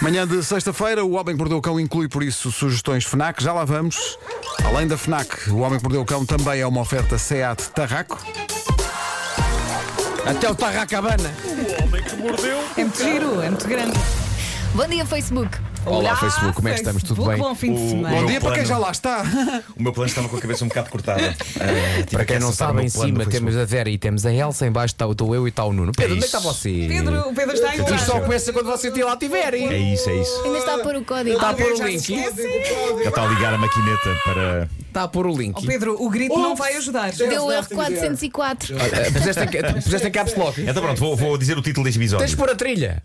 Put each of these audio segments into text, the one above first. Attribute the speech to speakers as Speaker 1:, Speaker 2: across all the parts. Speaker 1: Manhã de sexta-feira, o Homem que Mordeu o Cão inclui, por isso, sugestões FNAC. Já lá vamos. Além da FNAC, o Homem que Mordeu o Cão também é uma oferta SEAT Tarraco.
Speaker 2: Até o Tarracabana.
Speaker 3: É muito giro, é muito grande.
Speaker 4: Bom dia, Facebook.
Speaker 2: Olá, Facebook, como é que estamos? Tudo bem?
Speaker 3: Bom fim de
Speaker 5: O-
Speaker 3: semana.
Speaker 1: Bom
Speaker 5: Meu
Speaker 1: dia para quem
Speaker 5: plano.
Speaker 1: já lá está.
Speaker 5: O meu plano estava com a cabeça um bocado cortada. Ah,
Speaker 2: Para
Speaker 5: tive que
Speaker 2: Tipo, quem não
Speaker 5: acertar o
Speaker 2: sabe,
Speaker 5: meu
Speaker 2: em
Speaker 5: plano
Speaker 2: cima
Speaker 5: do
Speaker 2: temos
Speaker 5: Facebook.
Speaker 2: a Vera e temos a Elsa, em baixo está o- estou eu e está o Nuno. Pedro, onde é que está
Speaker 5: isso.
Speaker 2: você?
Speaker 3: Pedro, o Pedro está em
Speaker 2: Isto só
Speaker 3: casa.
Speaker 2: começa quando você lá tiverem.
Speaker 5: É isso, é isso.
Speaker 4: Ainda está a pôr o código.
Speaker 2: Está a pôr o
Speaker 3: Já se
Speaker 2: link.
Speaker 3: esquece?
Speaker 5: Já está a ligar a maquineta para.
Speaker 2: Está a pôr o link.
Speaker 3: Oh, Pedro, o grito não vai ajudar.
Speaker 4: Deu o R404.
Speaker 2: Eh, Puseste em ca- puseste em caps lock.
Speaker 5: Então pronto, vou, vou dizer o título deste episódio.
Speaker 2: Tens de pôr a trilha.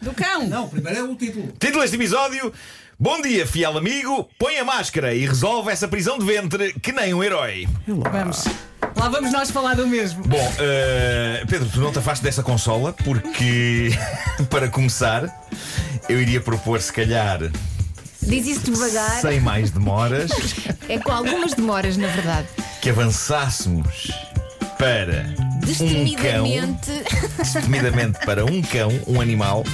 Speaker 3: Do cão.
Speaker 6: Não, primeiro é o título.
Speaker 5: Título deste episódio: Bom dia, fiel amigo, põe a máscara e resolve essa prisão de ventre que nem um herói.
Speaker 3: Vamos. Lá vamos nós falar do mesmo.
Speaker 5: Bom, eh, Pedro, tu não te afastes dessa consola porque, para começar, eu iria propor, se calhar,
Speaker 4: Diz isso devagar.
Speaker 5: sem mais demoras,
Speaker 4: É com algumas demoras, na verdade.
Speaker 5: que avançássemos para um cão.
Speaker 4: Destemidamente.
Speaker 5: timidamente para um cão, um animal,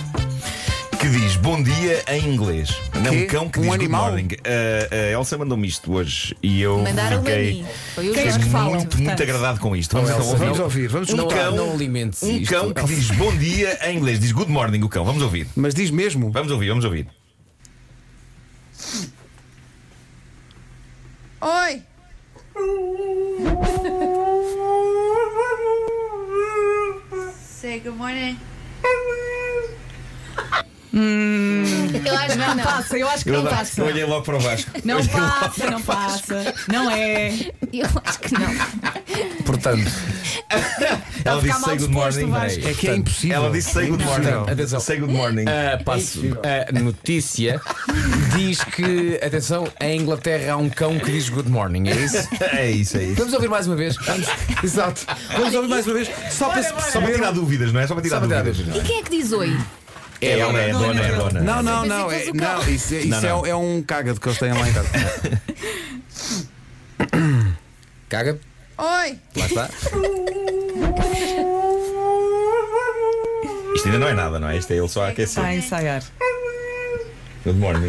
Speaker 5: que diz bom dia em inglês. Não,
Speaker 1: Quê?
Speaker 5: um cão que
Speaker 1: Um
Speaker 5: diz
Speaker 1: animal?
Speaker 5: good morning. Ah, a Elsa mandou-me isto hoje e eu
Speaker 4: Mandaram-me a
Speaker 5: fiquei.
Speaker 4: mim. Foi os
Speaker 3: Quem
Speaker 4: dois
Speaker 3: é um que
Speaker 5: Fiquei
Speaker 4: que
Speaker 3: fala?
Speaker 4: falam.
Speaker 5: muito, muito agradado com isto. Vamos,
Speaker 2: Oh,
Speaker 5: então
Speaker 2: Elsa,
Speaker 5: ouvir.
Speaker 1: Vamos ouvir, vamos
Speaker 5: Um
Speaker 2: Não,
Speaker 1: escutar.
Speaker 5: cão,
Speaker 2: não alimentes
Speaker 5: um
Speaker 2: isto,
Speaker 5: cão que
Speaker 2: Elsa.
Speaker 5: diz bom dia em inglês, diz good morning o cão. Vamos ouvir,
Speaker 1: Mas diz mesmo.
Speaker 5: vamos ouvir, vamos ouvir.
Speaker 7: Oi! Say good morning.
Speaker 4: Hum. Eu acho que não.
Speaker 3: Passa, eu acho que não
Speaker 5: Eu,
Speaker 3: passa.
Speaker 5: eu olhei logo para o Vasco.
Speaker 3: Não passa, não passa. Não é.
Speaker 4: Eu acho que não.
Speaker 2: Portanto,
Speaker 5: Ela
Speaker 3: tá ficar mal
Speaker 5: disse say
Speaker 3: disposto,
Speaker 5: good morning.
Speaker 3: Vasco.
Speaker 5: peraí.
Speaker 1: É que é impossível.
Speaker 5: Ela disse say good morning.
Speaker 2: Não, atenção. É
Speaker 5: Say good morning.
Speaker 2: a, eh, passo- a notícia diz que, atenção, em Inglaterra há um cão que diz good morning, é isso?
Speaker 5: É isso, é isso.
Speaker 2: Vamos ouvir mais uma vez. Vamos. Exato.
Speaker 1: Vamos ouvir mais uma vez. Só para se
Speaker 5: Só para
Speaker 1: perceber.
Speaker 5: tirar dúvidas, não é? Só para tirar
Speaker 2: Só para tirar
Speaker 5: dúvidas.
Speaker 2: dúvidas.
Speaker 4: E quem é que diz oi?
Speaker 5: É, ela é a dona, é a dona.
Speaker 1: Não, não,
Speaker 4: Mas
Speaker 1: não.
Speaker 4: é que
Speaker 1: É,
Speaker 4: fosse o cão.
Speaker 1: não isso é, isso
Speaker 5: Não, não.
Speaker 1: É, é um caga de que eles têm lá em casa.
Speaker 2: Caga.
Speaker 7: Oi!
Speaker 2: Lá está.
Speaker 5: Isto ainda não é nada, não é? Isto é ele só a
Speaker 3: Está
Speaker 5: aquecer.
Speaker 3: a ensaiar.
Speaker 5: Good morning.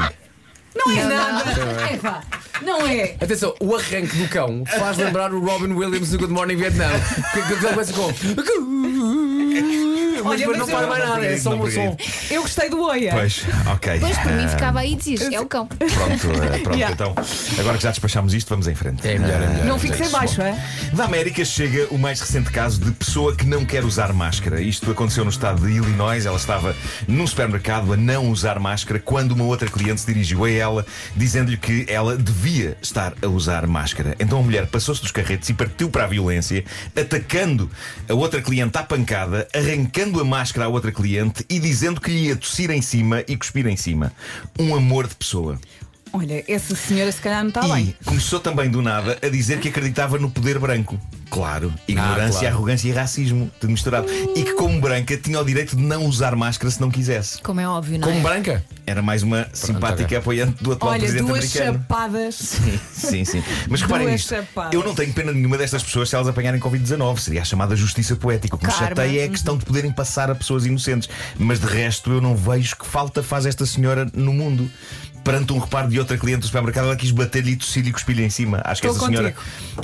Speaker 3: Não é nada. É vá. Não é.
Speaker 2: Atenção, o arranque do cão faz lembrar o Robin Williams no Good Morning Vietnam. Que, é que, que começa com. Mas
Speaker 3: mas
Speaker 2: depois não
Speaker 3: eu-
Speaker 2: faz mais nada, é só
Speaker 5: Não
Speaker 2: um som.
Speaker 5: acredito.
Speaker 3: Eu gostei do oia.
Speaker 5: Pois, ok.
Speaker 4: Pois por mim
Speaker 5: Ah,
Speaker 4: ficava aí e diz, é o cão.
Speaker 5: Pronto, eh, pronto.
Speaker 3: Yeah.
Speaker 5: Então, agora que já despachámos isto, vamos em frente.
Speaker 2: É melhor, é melhor.
Speaker 3: Não fiques
Speaker 5: é
Speaker 3: em
Speaker 5: isso.
Speaker 3: baixo,
Speaker 5: Bom.
Speaker 3: é?
Speaker 5: Da América chega o mais recente caso de pessoa que não quer usar máscara. Isto aconteceu no estado de Illinois. Ela estava num supermercado a não usar máscara quando uma outra cliente se dirigiu a ela, dizendo-lhe que ela devia estar a usar máscara. Então a mulher passou-se dos carretes e partiu para a violência, atacando a outra cliente à pancada, arrancando a máscara à outra cliente e dizendo que lhe ia tossir em cima e cuspir em cima. Um amor de pessoa.
Speaker 3: Olha, essa senhora se calhar não está
Speaker 5: E
Speaker 3: Tá bem.
Speaker 5: começou também do nada a dizer que acreditava no poder branco. Claro, ignorância,
Speaker 2: Ah, claro.
Speaker 5: arrogância e racismo, tudo misturado. E que, como branca, tinha o direito de não usar máscara se não quisesse.
Speaker 4: Como é óbvio, não
Speaker 2: Como
Speaker 4: é?
Speaker 2: branca?
Speaker 5: Era mais uma simpática
Speaker 2: ok.
Speaker 5: apoiante do atual
Speaker 3: Olha,
Speaker 5: presidente
Speaker 3: duas
Speaker 2: é.
Speaker 5: americano.
Speaker 3: chapadas.
Speaker 5: Sim, sim. Mas reparem
Speaker 3: Duas
Speaker 5: isto.
Speaker 3: chapadas.
Speaker 5: Eu não tenho pena nenhuma destas pessoas se elas apanharem Covid-19. Seria a chamada justiça poética. O que me
Speaker 4: Karma.
Speaker 5: chateia é a questão de poderem passar a pessoas inocentes. Mas de resto, eu não vejo que falta faz esta senhora no mundo. Perante um reparo de outra cliente do supermercado, ela quis bater-lhe e tossir-lhe e cuspir-lhe em cima. Acho que
Speaker 3: Estou
Speaker 5: esta senhora.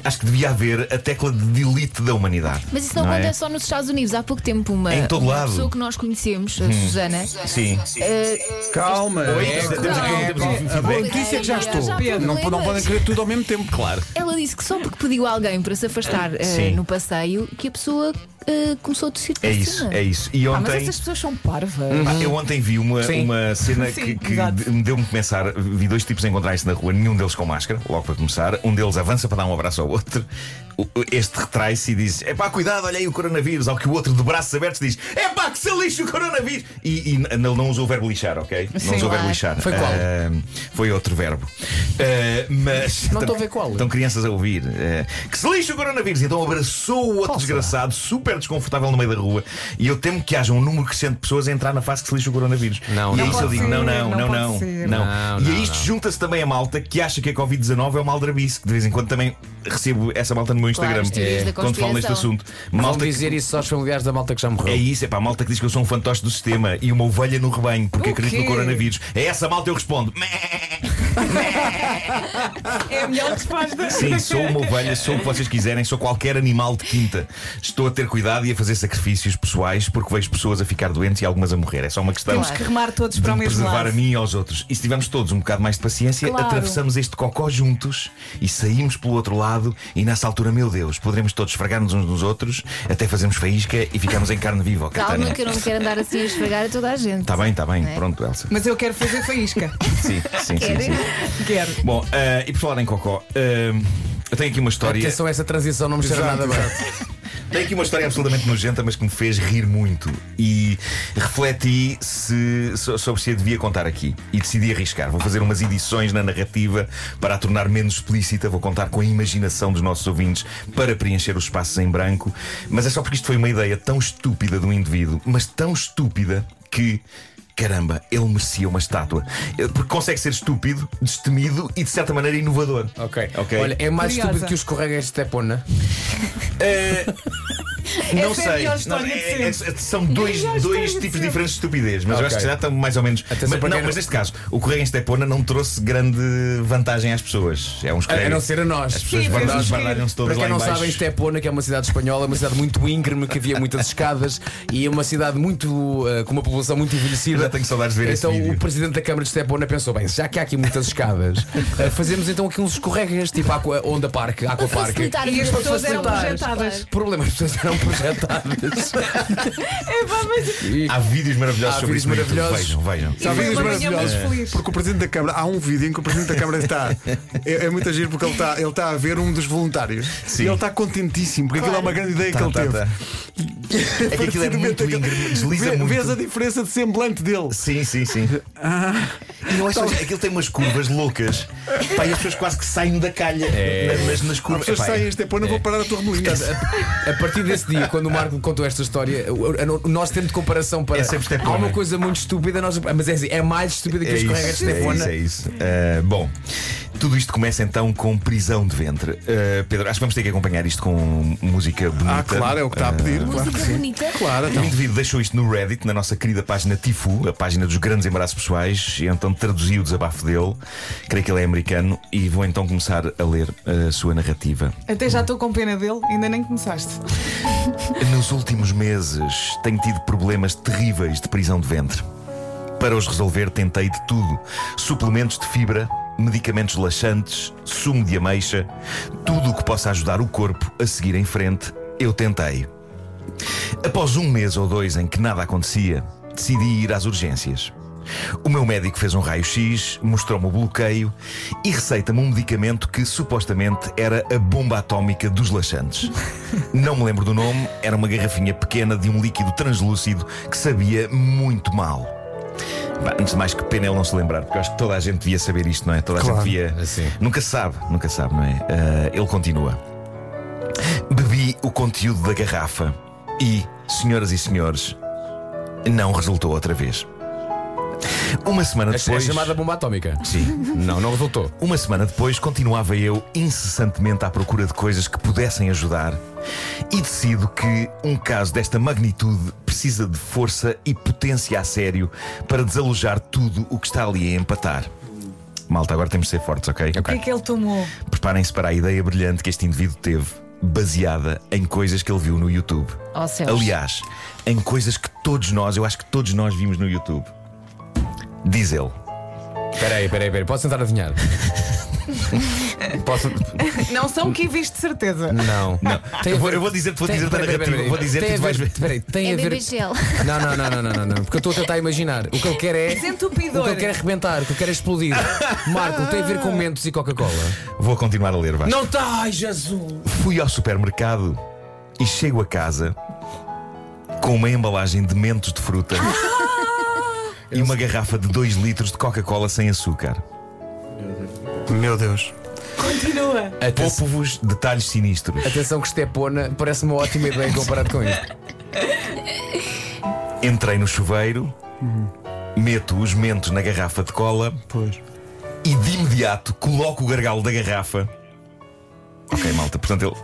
Speaker 5: Acho que devia haver a tecla de delete da humanidade.
Speaker 4: Mas isso não, acontece só nos Estados Unidos. Há pouco tempo, uma,
Speaker 5: é? Em todo
Speaker 4: uma
Speaker 5: lado.
Speaker 4: pessoa que nós conhecemos, a Susana,
Speaker 5: Sim.
Speaker 4: eh,
Speaker 1: Calma.
Speaker 5: Oi, temos- temos aqui um- temos aqui
Speaker 1: A
Speaker 5: um
Speaker 1: boa
Speaker 5: feedback.
Speaker 1: notícia é que já estou.
Speaker 4: Já há
Speaker 1: Não, po- não
Speaker 4: problemas.
Speaker 1: podem querer tudo ao mesmo tempo. Claro.
Speaker 4: ela disse que só porque pediu a alguém para se afastar eh,
Speaker 5: Sim.
Speaker 4: no passeio que a pessoa eh, começou a tossir para
Speaker 5: É isso,
Speaker 4: cima.
Speaker 5: é isso. E
Speaker 3: Ah, mas
Speaker 5: ontem.
Speaker 3: essas pessoas são parvas.
Speaker 5: Pá, Eu ontem vi uma,
Speaker 2: Sim.
Speaker 5: uma cena
Speaker 3: Sim,
Speaker 5: que, que
Speaker 3: exato.
Speaker 5: de- me deu-me começar. Vi dois tipos a encontrar-se na rua, nenhum deles com máscara, logo para começar. Um deles avança para dar um abraço ao outro. O- o- Este retrai-se e diz: É pá, cuidado, olha aí o coronavírus. Ao que o outro de braços abertos diz: É pá, que se lixe o coronavírus. E, e n- ele não usou o verbo lixar, ok? Não
Speaker 4: Sim,
Speaker 5: usou o
Speaker 4: claro.
Speaker 5: verbo lixar.
Speaker 2: Foi qual?
Speaker 5: Ah, foi outro verbo. Ah, mas.
Speaker 2: Não estou a ver qual.
Speaker 5: eh, Estão crianças a ouvir. Ah, que se lixe o coronavírus. Então abraçou o outro desgraçado, super desconfortável no meio da rua e eu temo que haja um número crescente de pessoas a entrar na fase que se lixa o coronavírus.
Speaker 2: Não,
Speaker 5: e
Speaker 2: não
Speaker 5: é isso eu
Speaker 2: pode
Speaker 5: digo,
Speaker 6: ser,
Speaker 5: não, não,
Speaker 6: não
Speaker 5: não,
Speaker 6: pode
Speaker 5: não.
Speaker 6: ser.
Speaker 5: não.
Speaker 2: Não,
Speaker 5: E a
Speaker 2: não,
Speaker 5: isto
Speaker 2: não.
Speaker 5: junta-se também a malta que acha que a Covid-19 é uma aldrabice, que de vez em quando também recebo essa malta no meu
Speaker 4: Claro,
Speaker 5: Instagram
Speaker 4: as teorias da
Speaker 5: quando falo neste
Speaker 4: conspiração.
Speaker 5: assunto.
Speaker 2: Vão
Speaker 5: Malta que-
Speaker 2: dizer isso aos familiares da malta que já morreu.
Speaker 5: é isso, é para a malta que diz que eu sou um fantoche do sistema e uma ovelha no rebanho porque
Speaker 6: O
Speaker 5: acredito no
Speaker 6: quê?
Speaker 5: coronavírus. É essa malta eu respondo.
Speaker 6: É a melhor resposta.
Speaker 5: Sim, sou uma ovelha, sou o que vocês quiserem, sou qualquer animal de quinta. Estou a ter cuidado e a fazer sacrifícios pessoais porque vejo pessoas a ficar doentes e algumas a morrer. É só uma questão.
Speaker 6: Temos que remar todos
Speaker 5: De
Speaker 6: para o
Speaker 5: me
Speaker 6: mesmo
Speaker 5: preservar
Speaker 6: lado.
Speaker 5: a mim e aos outros. E se tivermos todos um bocado mais de paciência,
Speaker 4: Claro.
Speaker 5: atravessamos este cocó juntos e saímos pelo outro lado. E nessa altura, meu Deus, poderemos todos esfregar-nos uns nos outros, até fazermos faísca e ficamos em carne viva. ó,
Speaker 4: Calma
Speaker 5: Catana.
Speaker 4: que eu não quero andar assim a esfregar a toda a gente.
Speaker 5: Tá bem, tá bem.
Speaker 6: Né?
Speaker 4: Não é?
Speaker 5: Pronto, Elsa.
Speaker 6: Mas eu quero fazer faísca.
Speaker 5: Sim, sim, sim. sim.
Speaker 6: Quero.
Speaker 5: Bom, eh, e por falar em Cocó, eh, eu tenho aqui uma história.
Speaker 2: Atenção a essa transição, não me cheira nada bem.
Speaker 5: Tenho aqui uma história absolutamente nojenta, mas que me fez rir muito. E refleti se, so- sobre se a devia contar aqui. E decidi arriscar. Vou fazer umas edições na narrativa para a tornar menos explícita. Vou contar com a imaginação dos nossos ouvintes para preencher os espaços em branco. Mas é só porque isto foi uma ideia tão estúpida do indivíduo, mas tão estúpida que. Caramba, ele merecia uma estátua. Eh, Porque consegue ser estúpido, destemido e de certa maneira inovador.
Speaker 2: Ok,
Speaker 5: ok.
Speaker 2: Olha, é mais
Speaker 6: Curiosa.
Speaker 2: estúpido que os escorregas de Stepona.
Speaker 6: Essa
Speaker 5: Não
Speaker 6: é a
Speaker 5: sei.
Speaker 6: pior história
Speaker 5: Não,
Speaker 6: de
Speaker 5: é-
Speaker 6: sempre.
Speaker 5: é- são dois, dois tipos diferentes de estupidez, mas eu acho que
Speaker 2: Ok.
Speaker 5: já estão mais ou menos.
Speaker 2: Atenção
Speaker 5: Mas,
Speaker 2: para
Speaker 5: não,
Speaker 2: quem não-
Speaker 5: mas neste caso, o Correio em Estepona não trouxe grande vantagem às pessoas. É uns
Speaker 2: A, a não ser a nós.
Speaker 5: As pessoas
Speaker 6: Sim, fez-nos
Speaker 5: baralham-
Speaker 6: rir.
Speaker 5: baralham-se
Speaker 2: Para
Speaker 5: todas lá
Speaker 2: quem
Speaker 5: em
Speaker 2: não
Speaker 5: baixo.
Speaker 2: sabe, Estepona, que é uma cidade espanhola, é uma cidade muito íngreme, que havia muitas escadas e é uma cidade muito. eh, com uma população muito envelhecida.
Speaker 5: Já tenho saudades de ver esse
Speaker 2: Então
Speaker 5: vídeo.
Speaker 2: o presidente da Câmara de Estepona pensou: bem, já que há aqui muitas escadas, eh, fazemos então aqui uns escorregas, tipo aqua, Onda Parque,
Speaker 4: Para
Speaker 2: Aquaparque.
Speaker 4: facilitar
Speaker 6: E as
Speaker 4: vida.
Speaker 6: pessoas eram
Speaker 4: Claro.
Speaker 6: projetadas.
Speaker 2: Problema, as pessoas eram projetadas.
Speaker 5: Há vídeos maravilhosos
Speaker 2: Há
Speaker 5: sobre
Speaker 2: vídeos
Speaker 5: isso. no YouTube.
Speaker 2: maravilhosos.
Speaker 5: Vejam, vejam.
Speaker 1: Há
Speaker 6: foi
Speaker 1: vídeos
Speaker 6: Tá uma manhã
Speaker 1: maravilhosos.
Speaker 6: mais feliz.
Speaker 1: É. Porque o Presidente da Câmara, há um vídeo em que o Presidente da Câmara está. É, é muito agir porque ele está, ele está a ver um dos voluntários.
Speaker 5: Sim.
Speaker 1: E ele está contentíssimo, porque aquilo é uma grande ideia
Speaker 5: Tá,
Speaker 1: que ele
Speaker 5: tá,
Speaker 1: teve.
Speaker 5: tá. É que aquilo é muito íngreme, desliza
Speaker 1: Vê-
Speaker 5: muito.
Speaker 1: Vês a diferença de semblante dele.
Speaker 5: Sim, sim, sim. E eu acho que aquilo tem umas curvas loucas. Pá, e as pessoas quase que saem da calha. Na- Mas nas
Speaker 1: Há
Speaker 5: curvas.
Speaker 1: pessoas que
Speaker 5: Epá, é-
Speaker 1: saem este pô, não vou parar a Torremolinos.
Speaker 2: A partir desse dia, quando o Marco me contou esta história, o- o- o nosso tempo de comparação para.
Speaker 5: É sempre Estepona.
Speaker 2: Há uma coisa muito estúpida, nós, mas é, assim, é mais estúpida que os escorregas de
Speaker 5: é
Speaker 2: Stepona.
Speaker 5: isso, é isso. Uh, bom, tudo isto começa então com prisão de ventre. Uh, Pedro, acho que vamos ter que acompanhar isto com música bonita.
Speaker 1: Ah, claro, é o que está a pedir. Claro que
Speaker 4: Música
Speaker 1: sim.
Speaker 4: bonita.
Speaker 1: Claro,
Speaker 5: O
Speaker 1: então.
Speaker 5: indivíduo deixou isto no Reddit, na nossa querida página Tifu, a página dos grandes embaraços pessoais, e então traduzi o desabafo dele. Creio que ele é americano e vou então começar a ler a sua narrativa.
Speaker 6: Até já estou com pena dele, ainda nem começaste.
Speaker 5: Nos últimos meses tenho tido problemas terríveis de prisão de ventre. Para os resolver, tentei de tudo: suplementos de fibra, medicamentos laxantes, sumo de ameixa, tudo o que possa ajudar o corpo a seguir em frente. Eu tentei. Após um mês ou dois em que nada acontecia, decidi ir às urgências. O meu médico fez um raio-x, mostrou-me o bloqueio e receita-me um medicamento que supostamente era a bomba atómica dos laxantes. Não me lembro do nome, era uma garrafinha pequena de um líquido translúcido que sabia muito mal. Bah, antes de mais, que pena ele não se lembrar, porque eu acho que toda a gente devia saber isto, não é? Toda a
Speaker 1: Claro,
Speaker 5: gente devia.
Speaker 2: assim.
Speaker 5: Nunca se sabe, nunca se sabe, não é? Ah, ele continua. Bebi o conteúdo da garrafa e, senhoras e senhores, não resultou outra vez. Uma semana
Speaker 2: A, é a
Speaker 5: depois.
Speaker 2: chamada bomba atómica.
Speaker 5: Sim.
Speaker 2: Não, não resultou.
Speaker 5: Uma semana depois, continuava eu incessantemente à procura de coisas que pudessem ajudar e decido que um caso desta magnitude precisa de força e potência a sério para desalojar tudo o que está ali a empatar. Malta, agora temos de ser fortes, ok?
Speaker 6: O que é que ele tomou?
Speaker 5: Preparem-se para a ideia brilhante que este indivíduo teve, baseada em coisas que ele viu no YouTube.
Speaker 4: Oh, céus.
Speaker 5: Aliás, em coisas que todos nós, eu acho que todos nós vimos no YouTube. Diz ele.
Speaker 2: Peraí, peraí, peraí. Posso tentar adivinhar? Posso.
Speaker 6: Não são que viste de certeza.
Speaker 2: Não. não.
Speaker 5: Eu vou- eu vou dizer-te, vou dizer-te a narrativa, vou dizer-te e
Speaker 2: tem
Speaker 5: tu
Speaker 2: a
Speaker 5: vais ver.
Speaker 2: ver. Peraí, tem
Speaker 4: É
Speaker 2: a ver.
Speaker 4: BBGL.
Speaker 2: Não, não, não, não, não, não, não. Porque eu estou a tentar imaginar. O que ele quer é. O
Speaker 6: Desentupidor.
Speaker 5: Então
Speaker 2: que ele quer é arrebentar, o que ele quer é explodir. Marco, tem a ver com mentos e Coca-Cola.
Speaker 5: Vou continuar a ler, Vasco.
Speaker 2: Não está, ai Jesus!
Speaker 5: Fui ao supermercado e chego a casa com uma embalagem de mentos de fruta
Speaker 2: Ah!
Speaker 5: e uma garrafa de 2 litros de Coca-Cola sem açúcar.
Speaker 1: então. Meu Deus.
Speaker 6: Continua.
Speaker 2: Atenção,
Speaker 5: Poupo-vos detalhes sinistros.
Speaker 2: atenção que Stepona parece uma ótima ideia comparado com isto.
Speaker 5: Entrei no chuveiro, meto os mentos na garrafa de cola
Speaker 1: Pois.
Speaker 5: e de imediato coloco o gargalo da garrafa. Ok, malta, portanto ele,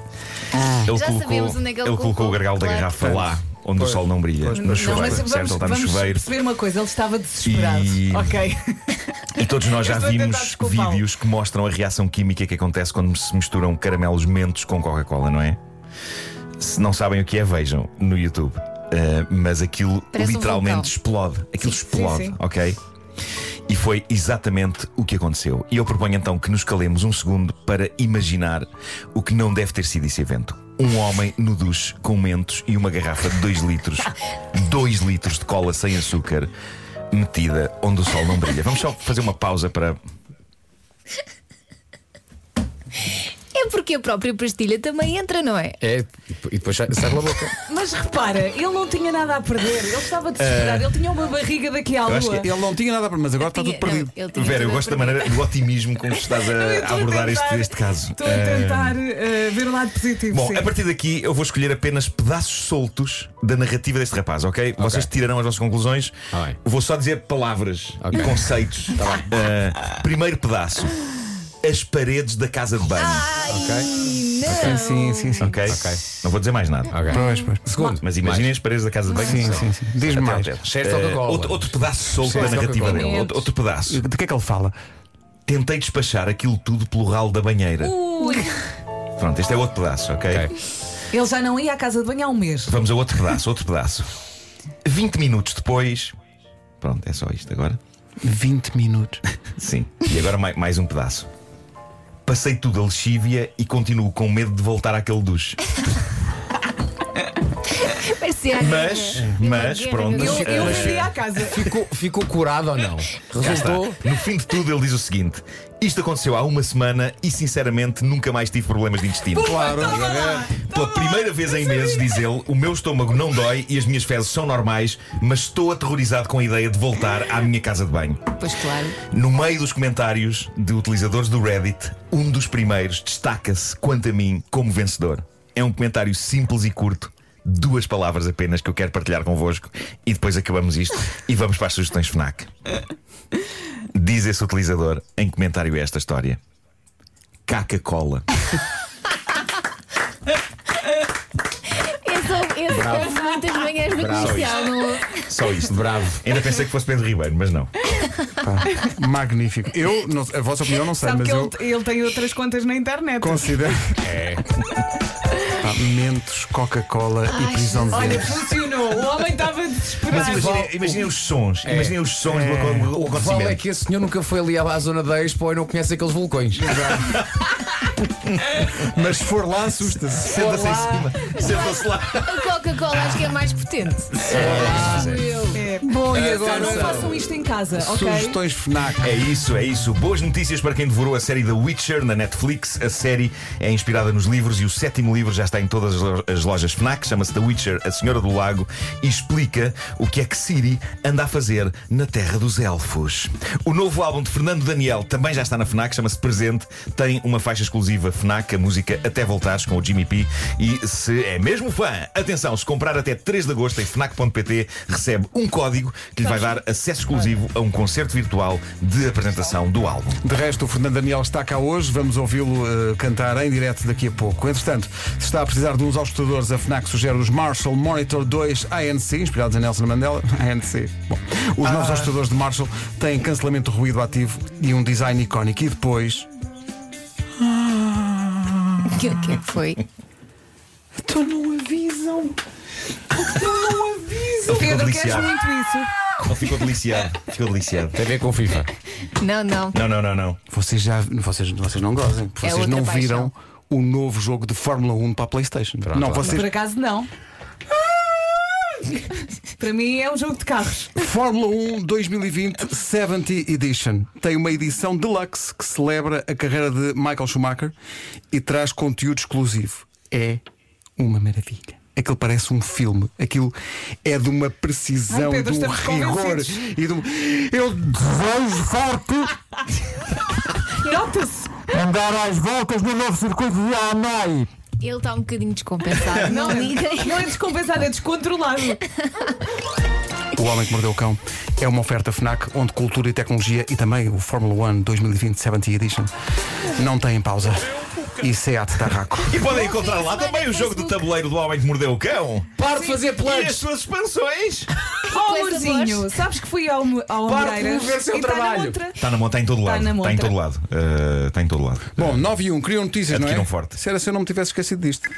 Speaker 6: Ah.
Speaker 5: ele,
Speaker 4: Já sabemos onde é que ele colocou,
Speaker 5: colocou o gargalo da
Speaker 4: claro.
Speaker 5: garrafa lá, onde o sol não brilha, no
Speaker 6: Não,
Speaker 5: chuveiro,
Speaker 6: mas
Speaker 5: certo?
Speaker 6: vamos,
Speaker 5: ele está no
Speaker 6: vamos
Speaker 5: chuveiro.
Speaker 6: perceber uma coisa, ele estava desesperado.
Speaker 5: E-
Speaker 6: Ok.
Speaker 5: E todos nós já
Speaker 6: estou a tentar
Speaker 5: vimos
Speaker 6: desculpá-lo.
Speaker 5: vídeos que mostram a reação química que acontece quando se misturam caramelos mentos com Coca-Cola, não é? Se não sabem o que é, vejam no YouTube. Ah, mas aquilo
Speaker 4: Parece um
Speaker 5: literalmente
Speaker 4: vulcão.
Speaker 5: explode. Aquilo
Speaker 6: Sim,
Speaker 5: explode,
Speaker 6: sim, sim.
Speaker 5: ok? E foi exatamente o que aconteceu. E eu proponho então que nos calemos um segundo para imaginar o que não deve ter sido esse evento. Um homem no duche com mentos e uma garrafa de 2 litros, 2 litros de cola sem açúcar, metida onde o sol não brilha. Vamos só fazer uma pausa para.
Speaker 4: É porque a própria pastilha também entra, não é?
Speaker 2: É, e depois sai pela boca.
Speaker 6: Mas repara, ele não tinha nada a perder. Ele estava desesperado. Ele tinha uma barriga daqui à
Speaker 5: Eh, eu
Speaker 6: lua.
Speaker 5: acho que
Speaker 1: Ele não tinha nada para mas agora está tudo
Speaker 4: Tinha-
Speaker 1: perdido.
Speaker 4: não, ele tinha
Speaker 5: Vera, eu
Speaker 4: tudo
Speaker 5: gosto da
Speaker 4: a perder.
Speaker 5: maneira do otimismo com que estás
Speaker 6: Não, Então, eu
Speaker 5: a, a
Speaker 6: estou a
Speaker 5: eh, abordar este,
Speaker 6: tentar-
Speaker 5: este caso.
Speaker 6: Estou a tentar eh, ver o lado positivo.
Speaker 5: Bom, é
Speaker 6: sim.
Speaker 5: a partir daqui eu vou escolher apenas pedaços soltos da narrativa deste rapaz, ok? Vocês tirarão as vossas conclusões.
Speaker 2: Tá bem.
Speaker 5: Vou só dizer palavras
Speaker 2: Ok.
Speaker 5: e conceitos. Ah, primeiro pedaço: as paredes da casa de banho.
Speaker 4: Ai, não.
Speaker 1: Sim, sim, sim. sim.
Speaker 5: ok? Não vou dizer mais nada.
Speaker 2: Ok.
Speaker 1: Pois, pois.
Speaker 2: Segundo,
Speaker 5: Mas imaginem as paredes da casa de banho.
Speaker 1: Sim, sim, sim. Diz-me
Speaker 5: Até ao
Speaker 1: mais.
Speaker 5: teto.
Speaker 2: Cheiro de
Speaker 5: Ah,
Speaker 2: Coca-Cola.
Speaker 5: outro, outro pedaço solto
Speaker 2: Cheiro de
Speaker 5: da narrativa
Speaker 2: Coca-Cola.
Speaker 5: dele. Outro, outro pedaço.
Speaker 1: De que é que ele fala?
Speaker 5: Tentei despachar aquilo tudo pelo ralo da banheira.
Speaker 3: Ui,
Speaker 5: Pronto, este é outro pedaço, ok?
Speaker 2: Ok.
Speaker 6: Ele já não ia à casa de banho há um mês.
Speaker 5: Vamos a outro pedaço, outro pedaço. 20 minutos depois. Pronto, é só isto agora.
Speaker 1: 20 minutos.
Speaker 5: Sim. E agora mai- mais um pedaço. Passei tudo a lexívia e continuo com medo de voltar àquele duche.
Speaker 4: Parece a
Speaker 5: Mas,
Speaker 4: guerra.
Speaker 5: mas,
Speaker 4: Guerra,
Speaker 5: pronto.
Speaker 4: guerra,
Speaker 6: Eu,
Speaker 4: guerra.
Speaker 6: eu
Speaker 5: mas-
Speaker 6: vendi à casa.
Speaker 2: ficou, ficou curado ou não?
Speaker 5: Cá está.
Speaker 2: Resultou?
Speaker 5: No fim de tudo, ele diz o seguinte: Isto aconteceu há uma semana e, sinceramente, nunca mais tive problemas de intestino.
Speaker 1: Claro.
Speaker 5: Pela primeira vez em meses, diz ele, o meu estômago não dói e as minhas fezes são normais, mas estou aterrorizado com a ideia de voltar à minha casa de banho.
Speaker 4: Pois claro.
Speaker 5: No meio dos comentários de utilizadores do Reddit, um dos primeiros destaca-se, quanto a mim, como vencedor. É um comentário simples e curto, duas palavras apenas que eu quero partilhar convosco e depois acabamos isto e vamos para as sugestões FNAC. Diz esse utilizador em comentário a esta história: Caca-Cola.
Speaker 4: Esse houve- esse houve muitas manhãs no
Speaker 2: Bravo.
Speaker 4: comercial, não houve?
Speaker 5: Só isto.
Speaker 2: Bravo.
Speaker 5: Ainda pensei que fosse Pedro Ribeiro, mas não.
Speaker 1: Magnífico. Eu, não- a vossa opinião não sei,
Speaker 6: Sabe
Speaker 1: mas
Speaker 6: que ele,
Speaker 1: eu
Speaker 6: ele tem outras contas na internet.
Speaker 1: considero. É. Pá, Mentos, Coca-Cola e prisão de
Speaker 6: Olha,
Speaker 1: ventre.
Speaker 6: funcionou. O homem estava
Speaker 5: Mas
Speaker 6: desesperado.
Speaker 5: imaginem imaginem os sons, imaginem os sons do acon-
Speaker 2: O que
Speaker 5: do
Speaker 2: vale é
Speaker 5: acontecimento.
Speaker 2: que esse senhor nunca foi ali à, à zona da Expo e não conhece aqueles vulcões.
Speaker 1: Mas se for lá, assusta-se.
Speaker 2: é
Speaker 5: Senta-se em cima, senta-se lá.
Speaker 4: A Coca-Cola acho que é mais potente.
Speaker 6: É. Bom, e agora? Não façam isto em casa, ok?
Speaker 1: Sugestões FNAC.
Speaker 5: É isso, é isso. Boas notícias para quem devorou a série The Witcher na Netflix. A série é inspirada nos livros e o sétimo livro já está em todas as lo- as lojas Fnac. Chama-se The Witcher, a Senhora do Lago e explica o que é que Ciri anda a fazer na Terra dos Elfos. O novo álbum de Fernando Daniel também já está na Fnac, chama-se Presente. Tem uma faixa exclusiva Fnac, a música Até Voltares com o Jimmy P. E se é mesmo fã, atenção, se comprar até 3 de agosto em Fnac.pt, recebe um código que lhe vai dar acesso exclusivo a um concerto virtual de apresentação do álbum.
Speaker 1: De resto, o Fernando Daniel está cá hoje, vamos ouvi-lo eh, cantar em direto daqui a pouco. Entretanto, se está a precisar de uns auscultadores, a FNAC sugere os Marshall Monitor 2 ANC, inspirados em Nelson Mandela. ANC. Bom, os novos auscultadores de Marshall têm cancelamento de ruído ativo e um design icónico. E depois.
Speaker 4: O que, o que é que foi?
Speaker 6: é
Speaker 5: Ele ficou
Speaker 6: Pedro, queres
Speaker 5: deliciado.
Speaker 6: muito isso?
Speaker 5: Ele ficou deliciado. Ficou deliciado.
Speaker 2: Tem a ver com FIFA.
Speaker 4: Não, não.
Speaker 5: Não, não, não, não.
Speaker 1: Vocês já. Vocês, vocês não gozem.
Speaker 4: É
Speaker 1: Vocês
Speaker 4: outra
Speaker 1: não
Speaker 4: paixão.
Speaker 1: viram o novo jogo de Fórmula 1 para a PlayStation. não, vocês.
Speaker 6: Por acaso, não. Para mim é um jogo de carros.
Speaker 1: Fórmula 1 2020 70 Edition tem uma edição deluxe que celebra a carreira de Michael Schumacher e traz conteúdo exclusivo. É uma maravilha. Aquilo parece um filme. Aquilo é de uma precisão,
Speaker 6: Ai, Pedro,
Speaker 1: de um
Speaker 6: estamos
Speaker 1: rigor um-
Speaker 6: convencidos.
Speaker 1: e de um. Eu desejo forte
Speaker 6: Nota-se.
Speaker 8: andar às voltas no novo circuito de Hanoi.
Speaker 4: Ele está um bocadinho descompensado. não liguem.
Speaker 6: Não é descompensado, é descontrolado.
Speaker 1: O Homem que Mordeu o Cão é uma oferta FNAC onde cultura e tecnologia e também o Fórmula 1 2020 70 Edition não têm pausa. é E Seat Tarraco.
Speaker 5: E podem encontrar lá também o jogo do
Speaker 6: é
Speaker 5: tabuleiro do homem que mordeu o cão.
Speaker 2: Para de fazer
Speaker 5: E as
Speaker 2: plugs!
Speaker 5: suas expansões.
Speaker 6: Oh,
Speaker 4: Com essa
Speaker 6: amorzinho, sabes que fui ao, ao
Speaker 2: Para de
Speaker 6: Moreiras
Speaker 2: promover seu
Speaker 6: e tá na
Speaker 2: trabalho.
Speaker 6: outra.
Speaker 5: Está na monta, está em todo lado.
Speaker 6: na
Speaker 5: Está em
Speaker 6: monta.
Speaker 5: todo lado. Eh, Está em todo lado.
Speaker 1: Bom, 9 e 1, criam notícias, não é?
Speaker 5: Adquiram forte.
Speaker 1: Se era se eu não me tivesse esquecido disto.